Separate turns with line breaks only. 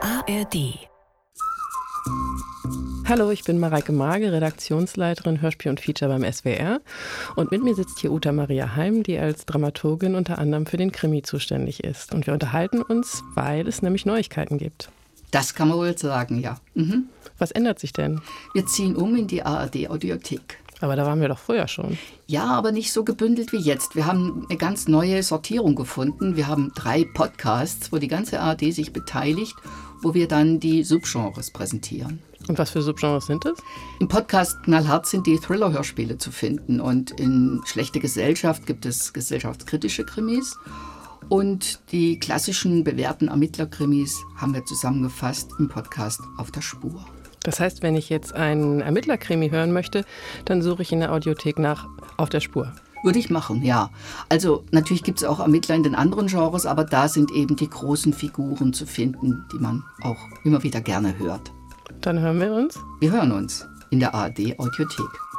ARD.
Hallo, ich bin Mareike Mage, Redaktionsleiterin Hörspiel und Feature beim SWR. Und mit mir sitzt hier Uta Maria Heim, die als Dramaturgin unter anderem für den Krimi zuständig ist. Und wir unterhalten uns, weil es nämlich Neuigkeiten gibt.
Das kann man wohl sagen, ja. Mhm.
Was ändert sich denn?
Wir ziehen um in die ARD-Audiothek.
Aber da waren wir doch vorher schon.
Ja, aber nicht so gebündelt wie jetzt. Wir haben eine ganz neue Sortierung gefunden. Wir haben drei Podcasts, wo die ganze ARD sich beteiligt, wo wir dann die Subgenres präsentieren.
Und was für Subgenres sind das?
Im Podcast Knallhart sind die Thriller-Hörspiele zu finden. Und in Schlechte Gesellschaft gibt es gesellschaftskritische Krimis. Und die klassischen bewährten Ermittlerkrimis haben wir zusammengefasst im Podcast Auf der Spur.
Das heißt, wenn ich jetzt einen Ermittlerkrimi hören möchte, dann suche ich in der Audiothek nach Auf der Spur.
Würde ich machen, ja. Also natürlich gibt es auch Ermittler in den anderen Genres, aber da sind eben die großen Figuren zu finden, die man auch immer wieder gerne hört.
Dann hören wir uns.
Wir hören uns in der ARD Audiothek.